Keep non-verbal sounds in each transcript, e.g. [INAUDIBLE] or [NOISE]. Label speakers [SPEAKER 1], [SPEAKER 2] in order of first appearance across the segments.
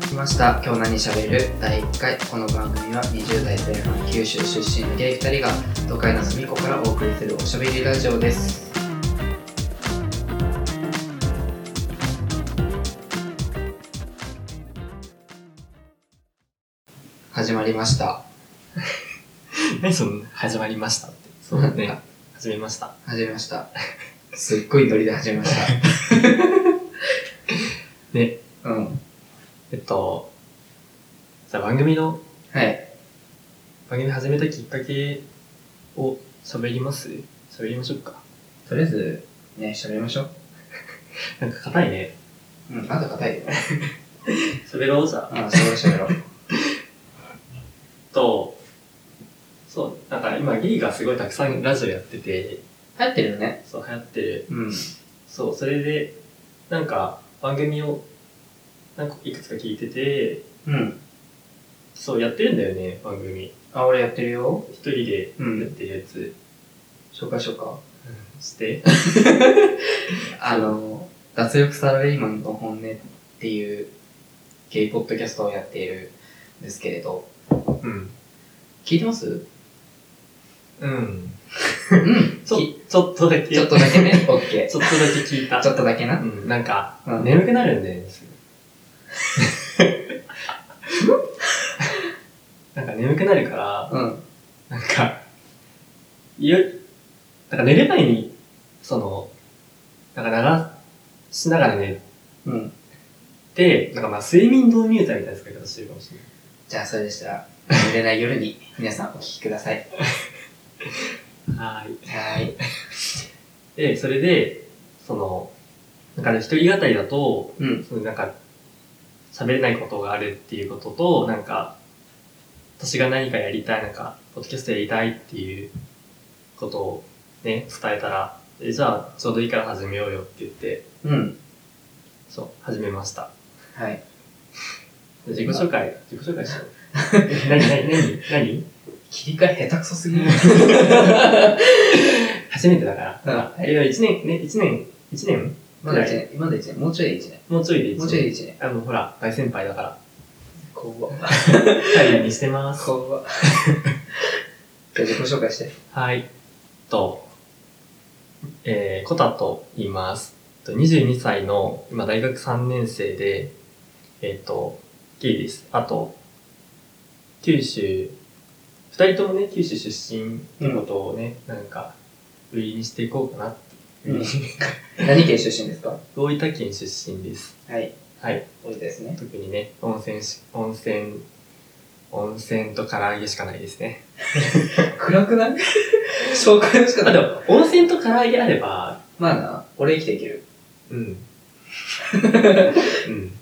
[SPEAKER 1] 来ました今日何しゃべる第1回この番組は20代前半九州出身のゲイ2人が都会の隅っこからお送りするおしゃべりラジオです始まりました
[SPEAKER 2] 何その、始まりましたって。そう
[SPEAKER 1] なん
[SPEAKER 2] ね。始めました。
[SPEAKER 1] 始めました [LAUGHS] すっごいノリで始めまし [LAUGHS]
[SPEAKER 2] ね、
[SPEAKER 1] たうん
[SPEAKER 2] えっと、じゃあ番組の、
[SPEAKER 1] はい
[SPEAKER 2] 番組始めたきっかけを喋ります喋りましょうか。
[SPEAKER 1] とりあえずねしゃべりましょう
[SPEAKER 2] なんか硬いね。
[SPEAKER 1] うんあと硬いよ
[SPEAKER 2] 喋ろうじゃあ。
[SPEAKER 1] あしゃべろうしゃべろう
[SPEAKER 2] と、そう、なんか今ゲイがすごいたくさんラジオやってて、
[SPEAKER 1] 流行ってるよね
[SPEAKER 2] そう流行ってる。
[SPEAKER 1] うん
[SPEAKER 2] そう、それで、なんか番組を、なんかいくつか聞いてて、
[SPEAKER 1] うん
[SPEAKER 2] そう、やってるんだよね、番組。
[SPEAKER 1] あ俺やってるよ
[SPEAKER 2] 一人でやってるやつ、
[SPEAKER 1] 紹介しようか
[SPEAKER 2] して。
[SPEAKER 1] あの、脱力サラリーマンの本音っていうゲイポッドキャストをやっているんですけれど、
[SPEAKER 2] うん。
[SPEAKER 1] 聞いてます
[SPEAKER 2] う
[SPEAKER 1] う
[SPEAKER 2] ん。
[SPEAKER 1] ん。
[SPEAKER 2] ちょ
[SPEAKER 1] き、
[SPEAKER 2] ちょっとだけ。
[SPEAKER 1] ちょっとだけ [LAUGHS] ね、オッケ
[SPEAKER 2] ちょっとだけ聞いた。
[SPEAKER 1] ー。ちょっとだけな。
[SPEAKER 2] うん、なんか、
[SPEAKER 1] うん
[SPEAKER 2] 眠くなるん
[SPEAKER 1] [LAUGHS]
[SPEAKER 2] だよね。すぐなんか眠くなるから、
[SPEAKER 1] うん。
[SPEAKER 2] なんか、よ、なんか寝る前に、その、なんか流しながら寝
[SPEAKER 1] うん。
[SPEAKER 2] て、なんかまあ睡眠導入剤みたいな使い方してるかもしれない。
[SPEAKER 1] じゃあ、それでしたら、寝れない夜に皆さんお聞きください。
[SPEAKER 2] はーい。
[SPEAKER 1] はーい。
[SPEAKER 2] で、それで、その、なんかね、一人語りだと、
[SPEAKER 1] うん。
[SPEAKER 2] そうなんか、喋れないことがあるっていうことと、なんか、私が何かやりたい、なんか、ポッドキャストやりたいっていうことをね、伝えたら、えじゃあ、ちょうどいいから始めようよって言って、
[SPEAKER 1] うん。
[SPEAKER 2] そう、始めました。
[SPEAKER 1] はい。
[SPEAKER 2] で自己紹介、自己紹介しよう。
[SPEAKER 1] [LAUGHS]
[SPEAKER 2] 何、何、何、何
[SPEAKER 1] 切り替え下手くそす [LAUGHS] ぎる。
[SPEAKER 2] 初めてだから。
[SPEAKER 1] うん
[SPEAKER 2] あいや、一年、ね、一年、一年
[SPEAKER 1] まだ一年、まだ一年、もうちょいで一年。
[SPEAKER 2] もうちょいで一年。
[SPEAKER 1] もうちょいで一年。
[SPEAKER 2] あの、ほら、大先輩だから。
[SPEAKER 1] 怖 [LAUGHS] っ。
[SPEAKER 2] 頼りにしてます。
[SPEAKER 1] 怖っ。 [LAUGHS] じゃあ、自己紹介して。
[SPEAKER 2] はい。と、えー、コタと言います。と22歳の、今大学3年生で、えっ、と、ゲイです。あと、九州、二人ともね、九州出身ってことをね、なんか、売りにしていこうかなっていう。
[SPEAKER 1] 何県出身ですか
[SPEAKER 2] 大分県出身です。
[SPEAKER 1] はい。
[SPEAKER 2] はい。
[SPEAKER 1] 多いですね。
[SPEAKER 2] 特にね、温泉し、温泉、温泉と唐揚げしかないですね。
[SPEAKER 1] 暗くない [LAUGHS] 紹介の仕
[SPEAKER 2] あ、で
[SPEAKER 1] 方。
[SPEAKER 2] も、温泉と唐揚げあれば、
[SPEAKER 1] まあな、俺生きていける。
[SPEAKER 2] うん。うん。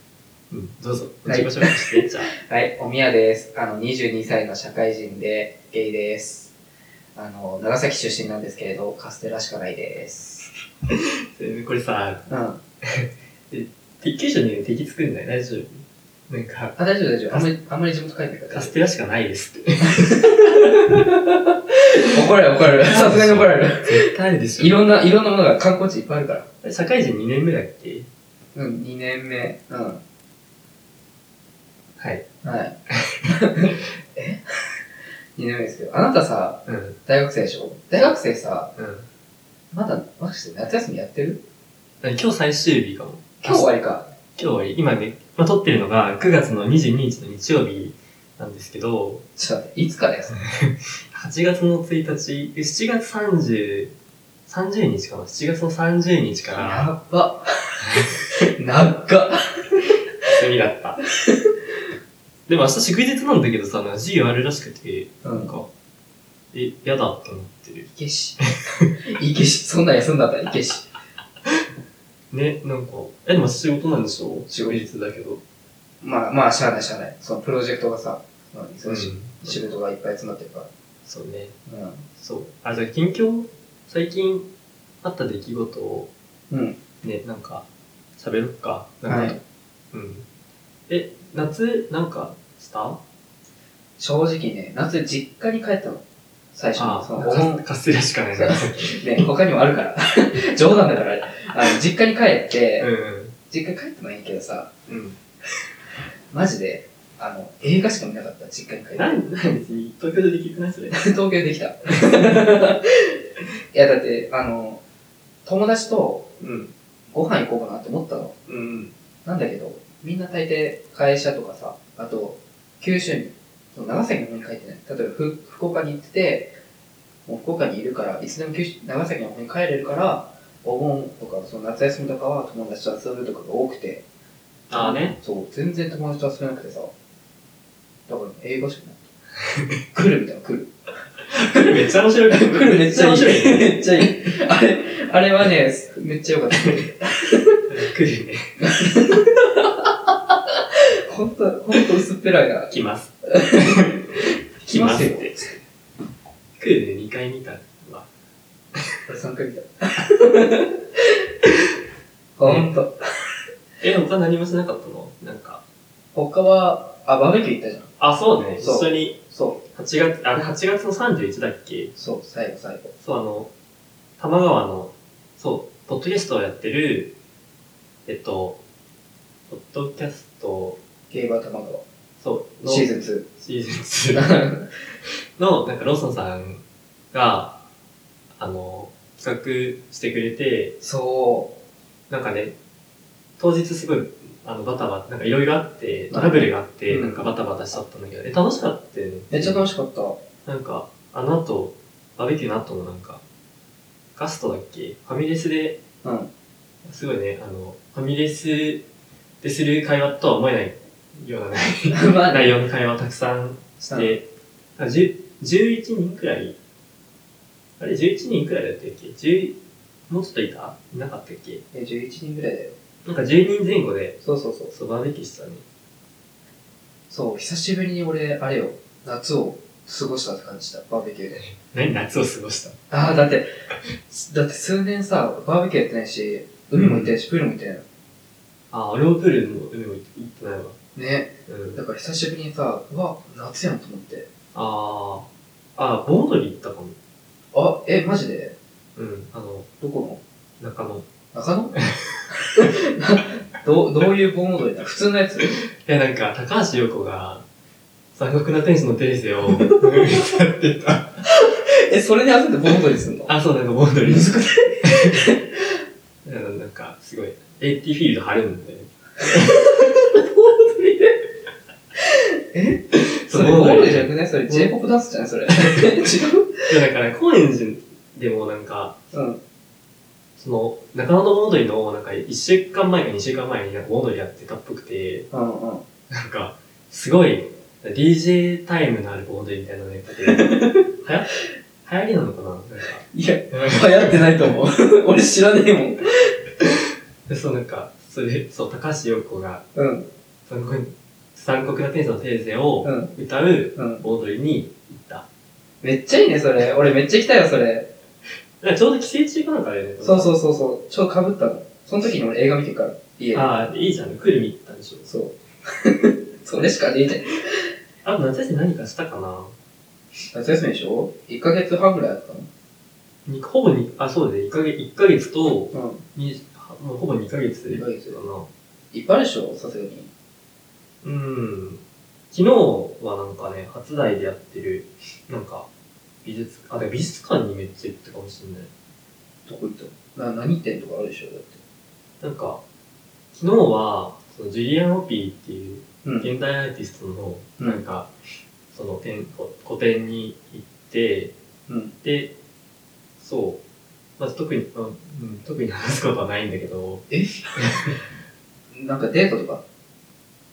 [SPEAKER 2] うん。どうぞ、
[SPEAKER 1] はい
[SPEAKER 2] 自己紹介して、 [LAUGHS] じゃあ。
[SPEAKER 1] はい、おみやです。あの、22歳の社会人で、ゲイです。あの、長崎出身なんですけれど、カステラしかないです。
[SPEAKER 2] これさ、
[SPEAKER 1] うん。あ、
[SPEAKER 2] 鉄球書に敵作るんだよ、大丈夫。なんか、
[SPEAKER 1] 大丈夫大丈夫。あんまり、あんまり地元書いてないか
[SPEAKER 2] カ
[SPEAKER 1] ら。
[SPEAKER 2] ステラしかないです [LAUGHS] って。
[SPEAKER 1] 怒られる怒 [LAUGHS] られる。さすがに怒られる。
[SPEAKER 2] 絶対あるで
[SPEAKER 1] い
[SPEAKER 2] し
[SPEAKER 1] ろんな、いろんなものが観光地いっぱいあるから。
[SPEAKER 2] ょ。社会人2年目だっけ
[SPEAKER 1] うん、2年目。うん。
[SPEAKER 2] はい。
[SPEAKER 1] [LAUGHS] はい。え ?2 年目ですけど。あなたさ、
[SPEAKER 2] うん。
[SPEAKER 1] 大学生でしょ大学生さ、
[SPEAKER 2] うん。
[SPEAKER 1] まだ、マジで夏休みやってる
[SPEAKER 2] 今日最終日かも。
[SPEAKER 1] 今日終わりか。
[SPEAKER 2] 今日は今ね、まあ、撮ってるのが9月の22日の日曜日なんですけど、
[SPEAKER 1] ちょっと待って、いつからやすの
[SPEAKER 2] 8月の1日、え7月30、30日かな ?7 月の30日から
[SPEAKER 1] やっば。 [LAUGHS] 長っ。
[SPEAKER 2] 休みだった。 [LAUGHS] でも明日祝日なんだけどさ、なんか授業あるらしくて、
[SPEAKER 1] う
[SPEAKER 2] なん
[SPEAKER 1] ん。
[SPEAKER 2] か、え、嫌だって思ってる
[SPEAKER 1] い。け
[SPEAKER 2] [LAUGHS]
[SPEAKER 1] し。いけし。そんなん休んだったらいけし。
[SPEAKER 2] ね、なんか、え、でも仕事なんでしょ
[SPEAKER 1] 仕事
[SPEAKER 2] 祝日だけど。
[SPEAKER 1] まあまあ、しゃあないしゃあない。そのプロジェクトがさ、まあ忙しい、
[SPEAKER 2] うん
[SPEAKER 1] 仕事がいっぱい詰まってるか
[SPEAKER 2] そうね。
[SPEAKER 1] ら。うん。
[SPEAKER 2] そう。あ、じゃあ近況最近、あった出来事を
[SPEAKER 1] うん。
[SPEAKER 2] ね、なんか、喋ろっか。なんか、
[SPEAKER 1] はい
[SPEAKER 2] うん。え、夏、なんか、した
[SPEAKER 1] 正直ね、夏実家に帰ったの。最初に。そのお盆
[SPEAKER 2] か、かすりゃしかない [LAUGHS] な。
[SPEAKER 1] ね、他にもあるから。 [LAUGHS] 冗談だから。あの、実家に帰って、
[SPEAKER 2] うん。
[SPEAKER 1] 実家帰ってもいいけどさ、
[SPEAKER 2] うん。
[SPEAKER 1] マジで、あの、映画しか見なかった、実家に帰って。
[SPEAKER 2] なん、なん別に、東京でできるないそれ。
[SPEAKER 1] [LAUGHS] 東京できた。いや、だって、あの、友達と
[SPEAKER 2] うん。
[SPEAKER 1] ご飯行こうかなって思ったの。
[SPEAKER 2] うん。
[SPEAKER 1] なんだけど、みんな大抵会社とかさ、あと、九州に、その長崎の方に帰ってない。例えばふ、福岡に行ってて、もう福岡にいるから、いつでも九州、長崎の方に帰れるから、お盆とか、その夏休みとかは友達と遊ぶとかが多くて、
[SPEAKER 2] ああね。
[SPEAKER 1] そう、全然友達と遊べなくてさ、だから英語しかない。来るみたいな、来る。
[SPEAKER 2] 来るめっちゃ面白い。来るめっちゃ面白いね。
[SPEAKER 1] めっちゃいい。あれ、あれはね、めっちゃ良かった。
[SPEAKER 2] 来るね。
[SPEAKER 1] ほんと、ほんと薄っぺらいな。
[SPEAKER 2] 来ます。
[SPEAKER 1] 来ますよ
[SPEAKER 2] 来って。来るね、2回見たわ。
[SPEAKER 1] 3回見た。ほんと。
[SPEAKER 2] え、他何もしなかったのなんか。
[SPEAKER 1] 他は、あ、バーベキュー行ったじゃん。
[SPEAKER 2] あ、そうね。
[SPEAKER 1] そう
[SPEAKER 2] 一緒に、
[SPEAKER 1] そう、
[SPEAKER 2] 8月、あれ8月の31だっけ
[SPEAKER 1] そう、最後最後。
[SPEAKER 2] そう、あの、玉川の、そう、ポッドキャストをやってる、えっと、ポッドキャスト、
[SPEAKER 1] 競馬玉川。
[SPEAKER 2] そう、の
[SPEAKER 1] シーズ
[SPEAKER 2] シーズン2 [LAUGHS]
[SPEAKER 1] ン
[SPEAKER 2] の、なんか、ローソンさんが、あの、企画してくれて、
[SPEAKER 1] 2。そ
[SPEAKER 2] なんかね、当日すごい、あの、バタバタ、なんかいろいろあって、トラブルがあって、
[SPEAKER 1] うん
[SPEAKER 2] なんかバタバタしちゃったんだけど、え、楽しかったよね。
[SPEAKER 1] う。めっちゃ楽
[SPEAKER 2] し
[SPEAKER 1] しかった。
[SPEAKER 2] なんか、あの後、バーベキューの後もなんか、ガストだっけファミレスで、 [LAUGHS]
[SPEAKER 1] うん。
[SPEAKER 2] すごいね、あの、ファミレスでする会話とは思えないような
[SPEAKER 1] [LAUGHS]
[SPEAKER 2] ね
[SPEAKER 1] まあ
[SPEAKER 2] 内
[SPEAKER 1] ね、
[SPEAKER 2] 容の会話たくさん
[SPEAKER 1] したの
[SPEAKER 2] し
[SPEAKER 1] うん。
[SPEAKER 2] て、あじゅ11人くらい、あれ11人くらいだったっけ ?10、もうちょっといたいなかったっけ
[SPEAKER 1] え、11人ぐらいだよ。
[SPEAKER 2] なんか10人前後で、
[SPEAKER 1] そうそうそう。
[SPEAKER 2] そう、バーベキューしたね。
[SPEAKER 1] そう、久しぶりに俺、あれよ、夏を過ごしたって感じだ、バーベキューで。
[SPEAKER 2] 何夏を過ごした
[SPEAKER 1] ああ、だって、だって数年さ、バーベキューやってないし、海も行ってないし、プールも行ってないの。
[SPEAKER 2] あ、俺もプールの海も行ってないわ。
[SPEAKER 1] ね。
[SPEAKER 2] うん。
[SPEAKER 1] だから久しぶりにさ、うわ、夏やんと思って。
[SPEAKER 2] あー、あ、盆踊り行ったかも。
[SPEAKER 1] あ、え、マジで
[SPEAKER 2] うん、あの、
[SPEAKER 1] どこ
[SPEAKER 2] 中野。
[SPEAKER 1] の中野 [LAUGHS] などう、どういう盆踊りだ普通のやつ
[SPEAKER 2] いや、なんか、高橋洋子が、残酷な天使のテレセ [LAUGHS] を、歌ってた。
[SPEAKER 1] え、それに合わせて盆踊りすんの
[SPEAKER 2] あ、そう、なんか、ボンドリー
[SPEAKER 1] 難
[SPEAKER 2] ズ
[SPEAKER 1] し。い。
[SPEAKER 2] あのなんか、すごい、エイティフィールド張るんだよね。
[SPEAKER 1] 盆踊りでえそれ
[SPEAKER 2] 盆
[SPEAKER 1] 盆
[SPEAKER 2] 踊り
[SPEAKER 1] 踊りじゃなくないそれ J-POP ダンスじゃないそれ。違う
[SPEAKER 2] いや、だから、高円寺でもなんか、
[SPEAKER 1] [LAUGHS] うん。
[SPEAKER 2] その、中野のボンドリーの、なんか、1週間前か2週間前になんか、ボンドリーやってたっぽくて、
[SPEAKER 1] うんうん。
[SPEAKER 2] なんか、すごい、DJ タイムのあるボンドリーみたいなのやってて、は
[SPEAKER 1] [LAUGHS]
[SPEAKER 2] や、流行りなのかななんか。
[SPEAKER 1] いや、流行ってないと思う。 [LAUGHS] 俺知らねえもん。
[SPEAKER 2] で、そう、なんか、それ、そう、高橋洋子が、
[SPEAKER 1] うん。
[SPEAKER 2] 残酷残酷な天使のテーゼを
[SPEAKER 1] うん。
[SPEAKER 2] 歌う
[SPEAKER 1] うん。
[SPEAKER 2] ボードリーに行った。だか
[SPEAKER 1] めっちゃいいね、それ。俺めっちゃ行きたいよ、それ。
[SPEAKER 2] らちょうど寄生虫かなんかだよね。
[SPEAKER 1] そう
[SPEAKER 2] う。
[SPEAKER 1] そうそう。そうちょうど被ったの。その時に俺映画見てるから。家で。
[SPEAKER 2] ああ、いいじゃん。クルミ行ったんでしょ。
[SPEAKER 1] そう。 [LAUGHS] それしかねえじ
[SPEAKER 2] あと夏休み何かしたかな
[SPEAKER 1] ゃん。夏休みでしょ ?1 ヶ月半ぐらいあった
[SPEAKER 2] にほぼに、あ、そうだね。1ヶ月、一ヶ月と、
[SPEAKER 1] のうん。
[SPEAKER 2] にもうほぼ2ヶ月
[SPEAKER 1] 二
[SPEAKER 2] か
[SPEAKER 1] ヶ月
[SPEAKER 2] な。
[SPEAKER 1] いっぱいあるでしょさすがに。
[SPEAKER 2] うん。昨日はなんかね、初台でやってる、なんか、美術、あ、でも美術館にめっちゃ行ったかもしれない。
[SPEAKER 1] どこ行ったのな、何店とかあるでしょだって。
[SPEAKER 2] なんか、昨日は、そのジュリアン・オピーっていう、
[SPEAKER 1] うん。
[SPEAKER 2] 現代アーティストの、
[SPEAKER 1] うん
[SPEAKER 2] なんか、その展、こ個展に行って、
[SPEAKER 1] うん。
[SPEAKER 2] で、そう、まず特に、うんうん、特に話すことはないんだけど、
[SPEAKER 1] [LAUGHS] なんかデートとか。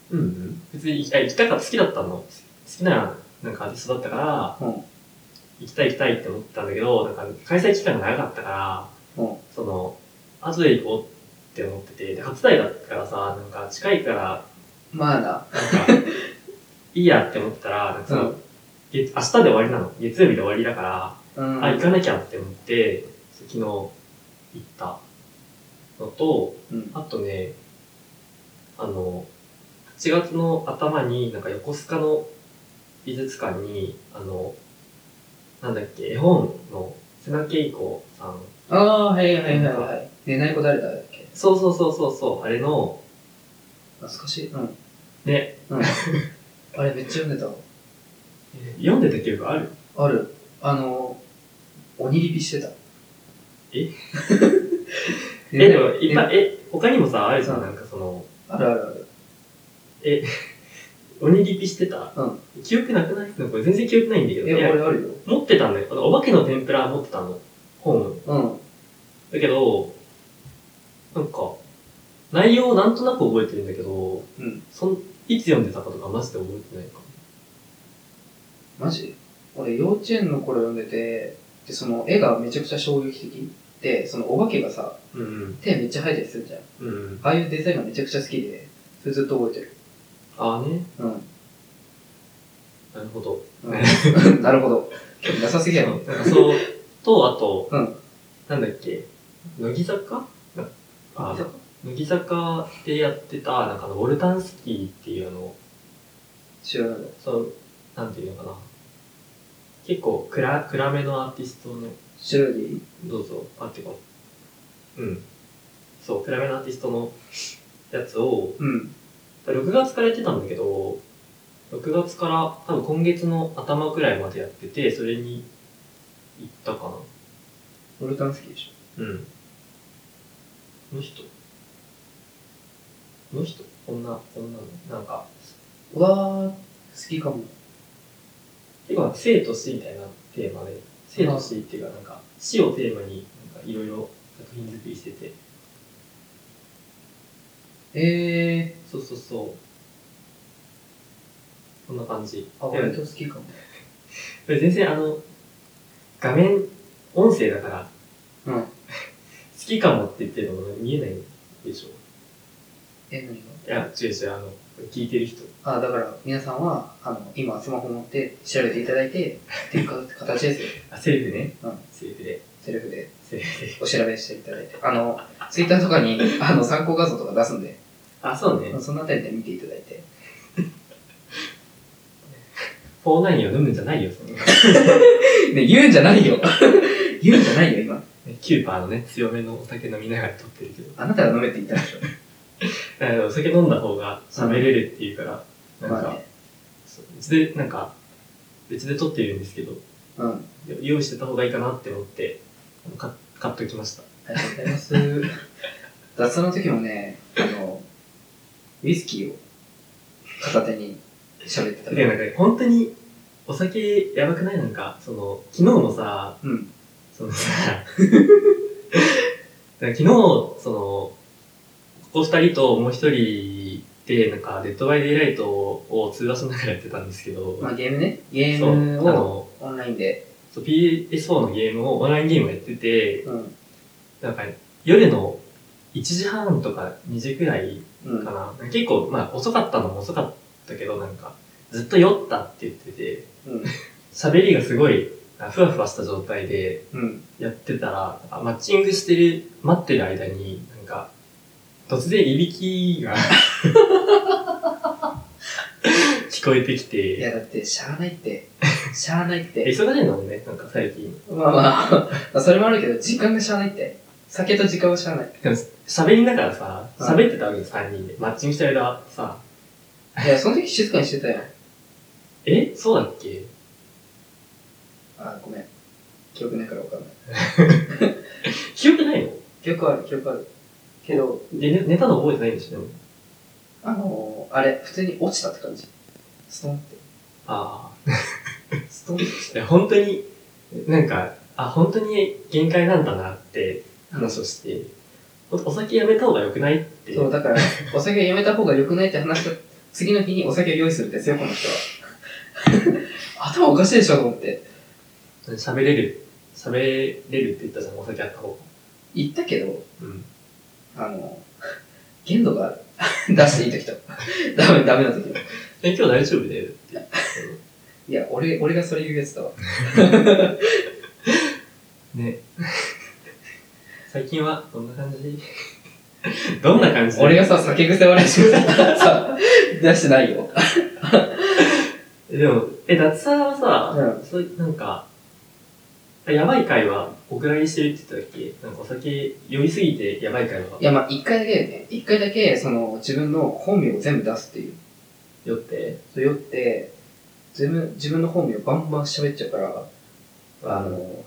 [SPEAKER 2] うん、別に、あ行きたかった、好きだったの。好きな、なんかアーティストだったから、
[SPEAKER 1] うん。
[SPEAKER 2] 行きたい行きたいって思ったんだけど、なんか、開催期間が長かったから、
[SPEAKER 1] うん。
[SPEAKER 2] その、後で行こうって思ってて、で、初台だったからさ、なんか、近いから、
[SPEAKER 1] まあな。
[SPEAKER 2] なんか、いいやって思っ
[SPEAKER 1] [LAUGHS]
[SPEAKER 2] たら、なんかその、
[SPEAKER 1] う
[SPEAKER 2] 月明日で終わりなの。月曜日で終わりだから、
[SPEAKER 1] うん。
[SPEAKER 2] あ、行かなきゃって思って、昨日、行ったのと、
[SPEAKER 1] うん。
[SPEAKER 2] あとね、あの、8月の頭に、なんか横須賀の美術館に、あの、なんだっけ、絵本の瀬名恵子さん。
[SPEAKER 1] ああ、はいはいはいはい。寝ない子誰だっけ
[SPEAKER 2] そうそうそうそうそう、あれの、
[SPEAKER 1] 懐かしい。うん。
[SPEAKER 2] ね、
[SPEAKER 1] うん。 [LAUGHS] あれめっちゃ読んで
[SPEAKER 2] 読んでた記憶ある
[SPEAKER 1] た。ある。あの、鬼リピしてた。 [LAUGHS]
[SPEAKER 2] え
[SPEAKER 1] 寝
[SPEAKER 2] え、
[SPEAKER 1] ない
[SPEAKER 2] で
[SPEAKER 1] 子
[SPEAKER 2] も、いっぱい、え、他にもさ、あるじゃ、
[SPEAKER 1] うんん
[SPEAKER 2] なんかその、
[SPEAKER 1] あるあるある。
[SPEAKER 2] 鬼リピしてた。
[SPEAKER 1] うん。
[SPEAKER 2] 記憶なくないなんかこれ全然記憶ないんだけど。
[SPEAKER 1] え、
[SPEAKER 2] いや
[SPEAKER 1] 俺あるよ。
[SPEAKER 2] 持ってたんだよ。あのお化けの天ぷら持ってたの。本を。
[SPEAKER 1] うん。
[SPEAKER 2] だけど、なんか、内容をなんとなく覚えてるんだけど、
[SPEAKER 1] うん。
[SPEAKER 2] そんいつ読んでたかとかマジで覚えてないかも。
[SPEAKER 1] マジ俺幼稚園の頃読んでて、で、その絵がめちゃくちゃ衝撃的。で、そのお化けがさ、
[SPEAKER 2] うん
[SPEAKER 1] 手めっちゃ生えたりするじゃん。
[SPEAKER 2] うん。うん。
[SPEAKER 1] ああいうデザインがめちゃくちゃ好きで、それずっと覚えてる。
[SPEAKER 2] ああね。
[SPEAKER 1] うん。
[SPEAKER 2] なるほど。
[SPEAKER 1] うん
[SPEAKER 2] [LAUGHS]
[SPEAKER 1] なるほど。興味なさすぎやろ。
[SPEAKER 2] なんかそう、 [LAUGHS] と、あと、
[SPEAKER 1] うん
[SPEAKER 2] なんだっけ、乃木坂あ
[SPEAKER 1] そう
[SPEAKER 2] 乃木坂でやってた、なんかあの、ウォルタンスキーっていうあの、
[SPEAKER 1] 知らないの。
[SPEAKER 2] そう、なんていうのかな。結構暗、暗めのアーティストの
[SPEAKER 1] 白いでいい
[SPEAKER 2] どうぞ、あ、てか、うん。そう、暗めのアーティストのやつを、
[SPEAKER 1] うん。
[SPEAKER 2] 6月からやってたんだけど、6月から多分今月の頭くらいまでやってて、それに行ったか
[SPEAKER 1] ウォルタンスキーでし
[SPEAKER 2] な。うん。この人この人こんな、こんなのなんか、
[SPEAKER 1] ょ。うわー、好きかも。
[SPEAKER 2] 結構生と死みたいなテーマで、生と死っていうかなんか、死をテーマになんかいろいろ作品作りしてて、
[SPEAKER 1] え
[SPEAKER 2] そうそうそう。こんな感じ。
[SPEAKER 1] ー、あ、
[SPEAKER 2] でも
[SPEAKER 1] 割と好きかも。
[SPEAKER 2] これ全然あの、画面、音声だから、
[SPEAKER 1] うん。
[SPEAKER 2] 好きかもって言ってるのも見えないでしょ。
[SPEAKER 1] え、何が
[SPEAKER 2] いや、違う違う、あの、聞いてる人。
[SPEAKER 1] あ、だから、皆さんは、あの、今、スマホ持って、調べていただいて、っていうか形ですよ。 [LAUGHS]
[SPEAKER 2] あ、セリフね。
[SPEAKER 1] うん。
[SPEAKER 2] セリフで。
[SPEAKER 1] セルフで、
[SPEAKER 2] セリフで。
[SPEAKER 1] お調べしていただいて。あの、ツイッターとかに、あの、参考画像とか出すんで、
[SPEAKER 2] あ、そうね。
[SPEAKER 1] そのあたりで見ていただいて。
[SPEAKER 2] 49を飲むんじゃ [LAUGHS] ないよ、その。
[SPEAKER 1] ね、言うんじゃないよ。 [LAUGHS] 言うんじゃないよ、今。
[SPEAKER 2] キューパーのね、強めのお酒飲みながら撮ってるけど。
[SPEAKER 1] あなたが飲めって言ったでしょ。
[SPEAKER 2] あのお酒飲んだ方が喋れるっていうから、なん
[SPEAKER 1] まあ
[SPEAKER 2] か、
[SPEAKER 1] ね。
[SPEAKER 2] そううちで、なんか、別で撮ってるんですけど、
[SPEAKER 1] うん。あ
[SPEAKER 2] 用意してた方がいいかなって思って、か買っときました。
[SPEAKER 1] りがとうございます。雑談の時もね、あの、ウイスキーを片手に喋ってた
[SPEAKER 2] いや、なんか、本当に、お酒やばくないなんか、その、昨日もさ、
[SPEAKER 1] うん。
[SPEAKER 2] そのさ、 [LAUGHS] なんか昨日、その、ここ二人ともう一人で、なんか、デッドバイデイライトを通話しながらやってたんですけど、
[SPEAKER 1] まあゲームね。ゲー
[SPEAKER 2] そう、あ
[SPEAKER 1] ムを
[SPEAKER 2] の、
[SPEAKER 1] オンラインで。
[SPEAKER 2] そう PS4 のゲームを、オンラインゲームをやってて、
[SPEAKER 1] うん。
[SPEAKER 2] なんか、夜の1時半とか2時くらい
[SPEAKER 1] うん。
[SPEAKER 2] か
[SPEAKER 1] う
[SPEAKER 2] な。結構、まあ、遅かったのも遅かったけど、なんか、ずっと酔ったって言ってて、
[SPEAKER 1] ん。
[SPEAKER 2] 喋りがすごいあふわふわした状態で
[SPEAKER 1] うん。
[SPEAKER 2] やってたら、あマッチングしてる、待ってる間に、なんか、突然いびき
[SPEAKER 1] [LAUGHS]
[SPEAKER 2] が聞こえてき
[SPEAKER 1] いや、
[SPEAKER 2] て、
[SPEAKER 1] だって、しゃあない [LAUGHS] って。しゃあないっ
[SPEAKER 2] え
[SPEAKER 1] て。
[SPEAKER 2] 忙しいのもね、なんか最近。
[SPEAKER 1] まあまあ、それもあるけど、時間がしゃあないって。酒と時間はしゃあない。
[SPEAKER 2] でも喋りながらさ、
[SPEAKER 1] うん
[SPEAKER 2] 喋ってたわけ3人で、マッチングしてる間さ、
[SPEAKER 1] いや、その時静かにしてたよ。
[SPEAKER 2] えそうだっけ
[SPEAKER 1] あ、ごめん。記憶ないからわかんない。
[SPEAKER 2] 記憶ないの
[SPEAKER 1] 記憶はある、記憶はある。けど、
[SPEAKER 2] で、ね寝たの覚えてないんでしょでも
[SPEAKER 1] あのー、あれ、普通に落ちたって感じ。ストンって。
[SPEAKER 2] ああ。
[SPEAKER 1] ストンって落ち
[SPEAKER 2] い
[SPEAKER 1] た。
[SPEAKER 2] や、本当に、なんか、あ、本当に限界なんだなって話をして、ほんとお酒やめた方が良くないって。
[SPEAKER 1] そう、だから、お酒やめた方が良くないって話した次の日にお酒を用意するんですよ、この人 [LAUGHS] は。頭おかしいでしょ、と思って。
[SPEAKER 2] 喋れる。喋れるって言ったじゃん、お酒あった方が。
[SPEAKER 1] 言ったけど、
[SPEAKER 2] うん。
[SPEAKER 1] あのー、限度があ [LAUGHS] る。出していい時と。 [LAUGHS] ダメ、ダメな時と。
[SPEAKER 2] え、今日大丈夫だよって。
[SPEAKER 1] [LAUGHS] いや、俺、俺がそれ言うやつだわ。
[SPEAKER 2] ね。 [LAUGHS] 最近はどんな
[SPEAKER 1] [LAUGHS]
[SPEAKER 2] 感じどんな感じ
[SPEAKER 1] 俺がさ、酒癖悪いし [LAUGHS] さ、出してないよ。
[SPEAKER 2] えでも、え、脱サラはさ、
[SPEAKER 1] うん
[SPEAKER 2] そういう、なんか、あやばい会は、お蔵入りしてるって言ってたっけなんかお酒酔いすぎてやばい会はい
[SPEAKER 1] や、まあ一回だけだよね。一回だけ、その、自分の本名を全部出すっていう。
[SPEAKER 2] 酔って、
[SPEAKER 1] それよって、自分、自分の本名バンバン喋っちゃうから、あの、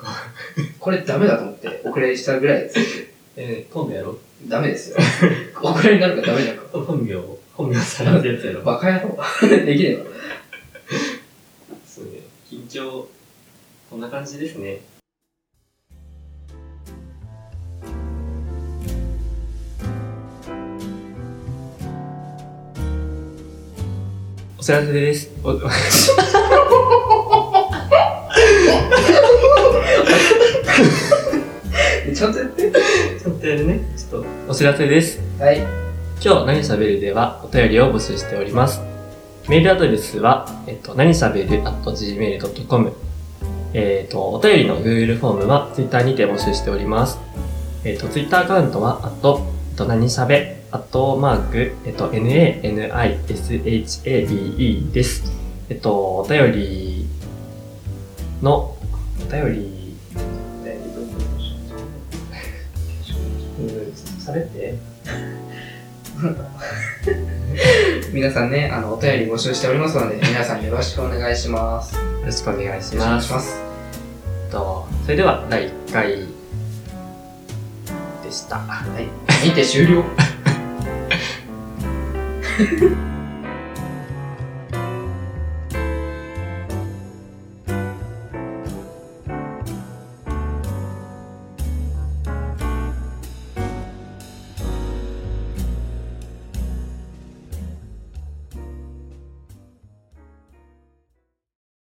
[SPEAKER 1] これダメだと思って、遅れしたぐらいです。
[SPEAKER 2] えー、本名やろ
[SPEAKER 1] ダメですよ。 [LAUGHS] 遅れになるからダメだから。
[SPEAKER 2] 本名本名さらってやつやろ
[SPEAKER 1] バカ野郎。 [LAUGHS] できれば。
[SPEAKER 2] そうね。緊張、こんな感じですね。お知らせです。お [LAUGHS]
[SPEAKER 1] ちゃんとやって。
[SPEAKER 2] ちょっとやるね。ちょっと。お知らせです。
[SPEAKER 1] はい。
[SPEAKER 2] 今日何喋るではお便りを募集しております。メールアドレスは、えっと、何喋る .gmail.com。えっと、お便りの Google フォームは Twitter にて募集しております。えっと、Twitter アカウントは、あと、えっと、何喋、アットマーク、えっと、nanishabe です。えっと、お便りの、お便り、うん、喋って。
[SPEAKER 1] 皆さんね、あの、お便り募集しておりますので、皆さんよろしくお願いします。よ
[SPEAKER 2] よろしくお願いし
[SPEAKER 1] ろしくお願
[SPEAKER 2] ま
[SPEAKER 1] いし
[SPEAKER 2] す
[SPEAKER 1] ま。す。
[SPEAKER 2] えっと、それでは第1回でした。
[SPEAKER 1] はい。見て終了。